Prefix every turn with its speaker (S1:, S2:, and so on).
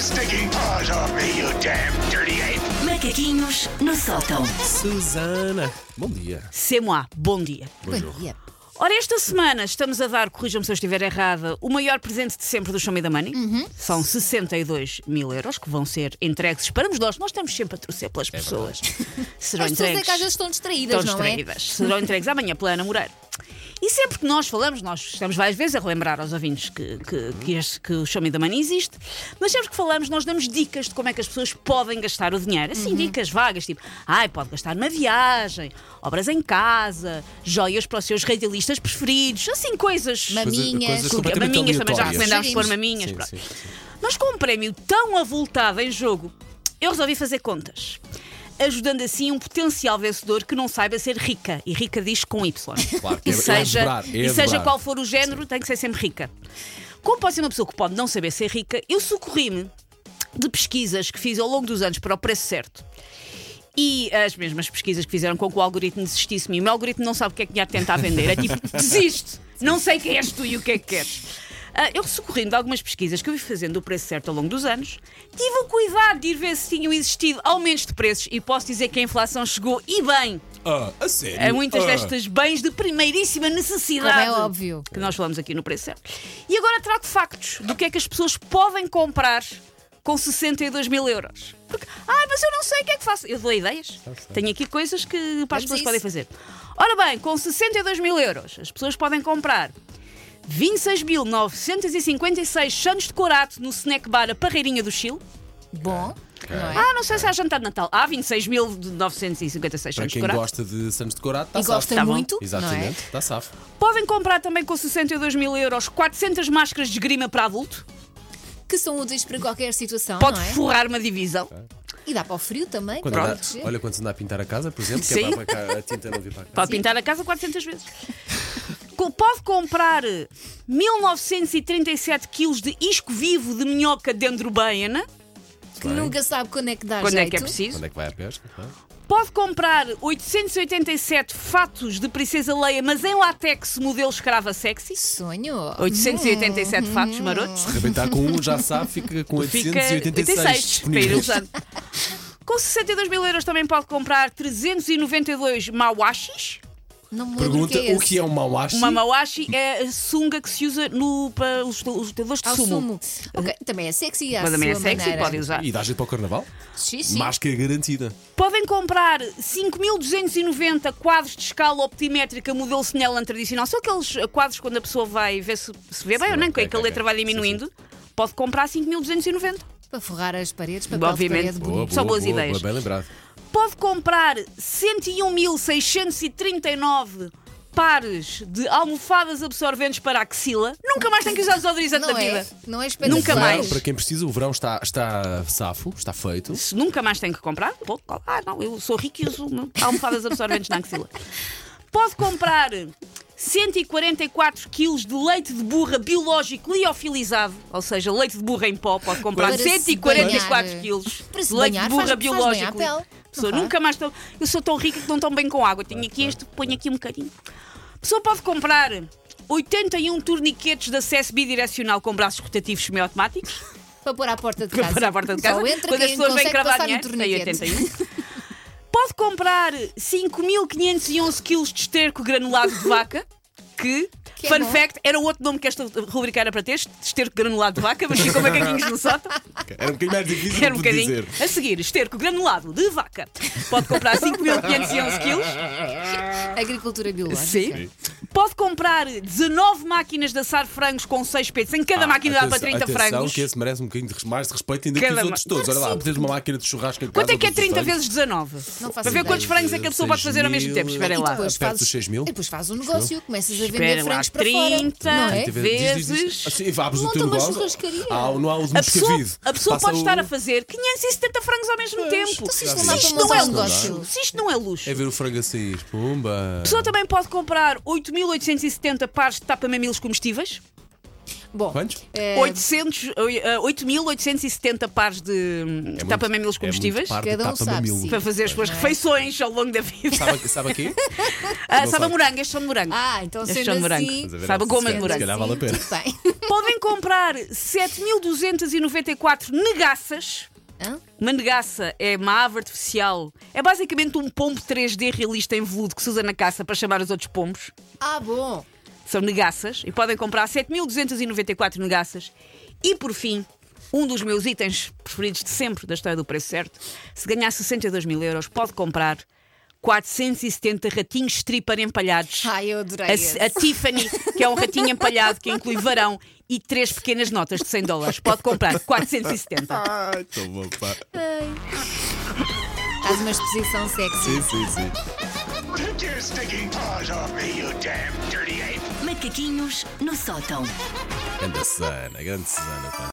S1: stinking paws off me, you damn dirty ape!
S2: Macaquinhos no sótão.
S3: Susana. Bom dia.
S4: C'est moi. bom dia.
S3: Bonjour.
S4: Ora, esta semana estamos a dar, corrijam-me se eu estiver errada, o maior presente de sempre do Show Me the Money.
S5: Uhum.
S4: São 62 mil euros que vão ser entregues para nós. Nós estamos sempre a torcer pelas pessoas. Serão
S5: É As pessoas é
S4: entregues.
S5: que às vezes estão distraídas,
S4: estão
S5: não é?
S4: distraídas. Serão entregues amanhã pela Ana Moreira. E sempre que nós falamos, nós estamos várias vezes a relembrar aos ouvintes que, que, que este- que o Show Me the Money existe, mas sempre que falamos, nós damos dicas de como é que as pessoas podem gastar o dinheiro.
S5: Uhum.
S4: Assim, dicas vagas, tipo, ai, pode gastar numa viagem, obras em casa, joias para os seus radialistas preferidos, assim, coisas.
S5: Mas Maminhas.
S3: coisas
S5: Porque
S3: completamente
S4: é maminhas também já
S3: aleatórias.
S4: recomendámos pôr
S5: Sim,
S4: maminhas.
S3: sim,
S4: pronto.
S3: sim, sim.
S4: Mas com um prémio tão avultado em jogo, eu resolvi fazer contas. Ajudando assim um potencial vencedor que não saiba ser rica. E rica diz com Y.
S3: Claro,
S4: e
S3: é- é
S4: seja,
S3: adorar, é
S4: e seja
S3: adorar.
S4: qual for o género, tem que ser sempre rica. Como pode ser uma pessoa que pode não saber ser rica, eu socorri-me de pesquisas que fiz ao longo dos anos para o preço certo. E as mesmas pesquisas que fizeram com que o algoritmo desistisse de mim. O meu algoritmo não sabe o que é que dinheiro tenta a vender. É tipo, desiste! Não sei quem és tu e o que é que queres. Ah, eu socorrendo de algumas pesquisas que eu fui fazendo do preço certo ao longo dos anos, tive o cuidado de ir ver se tinham existido aumentos de preços e posso dizer que a inflação chegou e bem
S3: Ah, a sério?
S4: a É muitas
S3: Ah.
S4: destas bens de primeiríssima necessidade.
S5: Como é óbvio.
S4: Que nós falamos aqui no preço certo. E agora trago factos do que é que as pessoas podem comprar com 62 mil euros. Porque, ai, mas eu não sei o que é que faço. Eu dou ideias. Tenho aqui coisas que para as
S5: Tá Vamos
S4: pessoas
S5: a
S4: podem
S5: isso.
S4: fazer. Ora bem, com 62 mil euros, as pessoas podem comprar 26.956 sandes de corato no snack bar A Parreirinha do Chile.
S5: é? Bom, não é?
S4: Ah, não sei se há jantar de Natal. Há 26.956
S3: Para
S4: sandes de
S3: quem
S4: corato.
S3: gosta de Santos de Corado, está
S5: e gosta
S4: tá bom.
S5: muito, não é?
S3: Exatamente, está safo.
S4: Podem comprar também com 62 mil euros 400 máscaras de esgrima para adulto.
S5: Que são úteis para qualquer situação,
S4: Pode
S5: não é?
S4: forrar uma divisão.
S5: E dá para o frio também,
S3: Quando
S5: para
S3: anda-
S5: proteger.
S3: olha quando se anda a pintar a casa, por exemplo, que
S4: Sim.
S3: é para cá, a tinta não vir para cá.
S4: Pode pintar a casa 400 vezes. Co- Pode comprar 1937 quilos de isco vivo de minhoca dendrobaena,
S5: que nunca sabe quando é que dá
S4: quando
S5: jeito.
S4: é que é preciso.
S3: Onde é que vai a pesca? Ah,
S4: Pode comprar 887 fatos de princesa Leia, mas em latex modelo escrava sexy.
S5: Hum, Sonho.
S4: 887
S5: hum,
S4: fatos marotos.
S3: Arrebentar com um, já sabe, fica com
S4: Fica
S3: 886
S4: 86 para ir
S3: disponíveis.
S4: usando. Com 62 mil euros também pode comprar 392 mawashis.
S5: Não me lembro
S3: Pergunta
S5: o que é
S3: o que é um mauashi?
S4: Uma mawashi é a sunga que se usa no, para os os lutadores de
S5: Ao
S4: sumo.
S5: sumo. Ok, também é sexy à
S4: Mas também é
S5: sua
S4: sexy,
S5: maneira.
S4: podem usar.
S3: E dá jeito para o carnaval?
S5: Sim, sim.
S3: Máscara garantida.
S4: Podem comprar 5.290 quadros de escala optimétrica modelo Snellan tradicional. São aqueles eh, quadros quando a pessoa vai ver se, se vê bem ou não, que
S3: ok,
S4: a
S3: ok,
S4: letra
S3: ok.
S4: vai
S3: Sim,
S4: diminuindo. Pode comprar 5.290.
S5: Para forrar as paredes, papel
S4: Obviamente.
S5: de parede
S3: Boa,
S5: bonito.
S3: boa,
S4: Só boas
S3: boa,
S4: ideias.
S3: boa, bem lembrado.
S4: Pode comprar 101.639 pares de almofadas absorventes para a axila. Nunca mais tem que usar desodorizante
S5: Não
S4: na vida.
S5: é? Não é espetacular.
S4: Nunca
S3: Verão,
S4: mais.
S3: Para quem precisa, o verão está, está safo, está feito.
S4: Se nunca mais tem que comprar, vou colar. Ah, não, eu sou rico e uso não, almofadas absorventes na axila. Pode comprar 144 quilos de leite de burra biológico liofilizado, ou seja, leite de burra em pó. Pode comprar
S5: Para se
S4: 144
S5: banhar.
S4: quilos
S5: Para se
S4: de leite de
S5: banhar,
S4: burra
S5: faz- faz bem à
S4: biológico.
S5: pele. Uhum.
S4: Pessoa,
S5: Não faz?
S4: nunca mais tão- Eu sou tão rica que não tão bem com água. Tenho aqui este, ponho aqui um bocadinho. Pessoa pode comprar 81 torniquetes de acesso bidirecional com braços rotativos semiautomáticos
S5: Para pôr à porta de casa.
S4: para a porta de casa.
S5: Só entra
S4: quando
S5: quem
S4: as pessoas vêm
S5: consegue
S4: cravar
S5: passar no
S4: dinheiro, é tem
S5: torniquete.
S4: 81. Pode comprar 5.511 quilos de esterco granulado de vaca. Que,
S5: Que é
S4: fun
S5: bom.
S4: fact, era outro nome que esta rubrica era para ter, esterco granulado de vaca, mas ficou macaquinhos no sótão.
S3: Era um bocadinho mais difícil
S4: Quero
S3: de
S4: um bocadinho.
S3: dizer.
S4: A seguir, esterco granulado de vaca. Pode comprar 5.511 quilos.
S5: Agricultura biológica.
S4: Sim. Pode comprar 19 máquinas de assar frangos com 6 peitos. Em cada máquina dá para
S3: Ah, Atenção-
S4: 30
S3: atenção,
S4: frangos.
S3: que esse merece um bocadinho de mais de respeito ainda que
S4: Cada
S3: os
S4: ma-
S3: outros todos. Olha lá, tens uma máquina de churrasco em casa.
S4: Quanto é que é
S3: todos os
S4: 30
S3: frangos.
S4: vezes 19?
S5: Não faço
S4: Para ver
S5: ideia.
S4: quantos frangos é que a pessoa pode fazer ao mesmo
S3: 6.000.
S4: tempo. Esperem
S5: E
S4: lá.
S5: depois
S3: Ah, Perto
S5: fazes,
S3: dos 6 mil? Tipo,
S5: e Depois fazes um negócio, começas a vender
S4: Esperem lá,
S5: frangos para fora.
S4: 30.
S5: Não é?
S3: 30 vezes. diz, diz, diz.
S4: Vezes.
S3: Ah, sim, abres o
S5: Monta
S3: teu
S5: uma
S3: negócio.
S5: churrascaria.
S3: Ah, não há o de
S4: A pessoa,
S3: moscavido.
S4: a pessoa
S3: Passa
S4: pode estar
S3: o-
S4: a fazer 570 frangos ao mesmo tempo.
S5: Então, se isto não
S3: Já
S5: dá
S3: vi.
S5: para
S4: Isto não é
S5: montar um
S3: Não dá.
S5: negócio.
S4: luxo. Se isto não é luxo.
S3: É ver o frango a sair. Pumba.
S4: A pessoa também pode comprar 8.870 pares de tapa-mamilos comestíveis,
S5: Bom,
S3: Quantos?
S5: eh,
S4: 800, oi- ah, 8.870 pares de hum,
S3: muito-
S4: tapa-mamilos
S3: é muito
S4: comestíveis
S3: par de
S5: Cada um
S3: tapa
S5: sabe,
S3: mamilo.
S5: sim.
S4: para fazer as
S5: É.
S4: suas refeições ao longo da vida.
S3: Sabe, sabe aqui?
S4: Ah,
S3: não
S4: sabe a
S3: sabe. é
S4: morango, este são de morango.
S5: Ah, então
S4: Este
S5: sendo
S4: chão de morango.
S5: assim.
S4: Sabe a goma de
S5: sendo
S4: morango.
S3: Se calhar vale a
S5: assim,
S3: pena.
S5: Tudo bem.
S4: Podem comprar 7.294 negaças.
S5: Hã?
S4: Uma negaça é uma ave artificial. É basicamente um pombo 3D realista em veludo que se usa na caça para chamar os outros pombos.
S5: Ah, bom.
S4: São negaças e podem comprar 7.294 negaças. E por fim, um dos meus itens preferidos de sempre da história do preço certo: se ganhar 62 mil euros, pode comprar 470 ratinhos stripper empalhados.
S5: Ai, eu adorei.
S4: A-
S5: esse.
S4: A, Tiffany, que é um ratinho empalhado que inclui varão e três pequenas notas de 100 dólares. Pode comprar 470.
S3: Ai, estou bom, pá.
S5: Faz uma exposição sexy.
S3: Sim, sim, sim.
S1: Take your stinking paws off me, you damn dirty ape!
S2: Macaquinhos no sótão.
S3: Grande Susana, grande Susana, pá.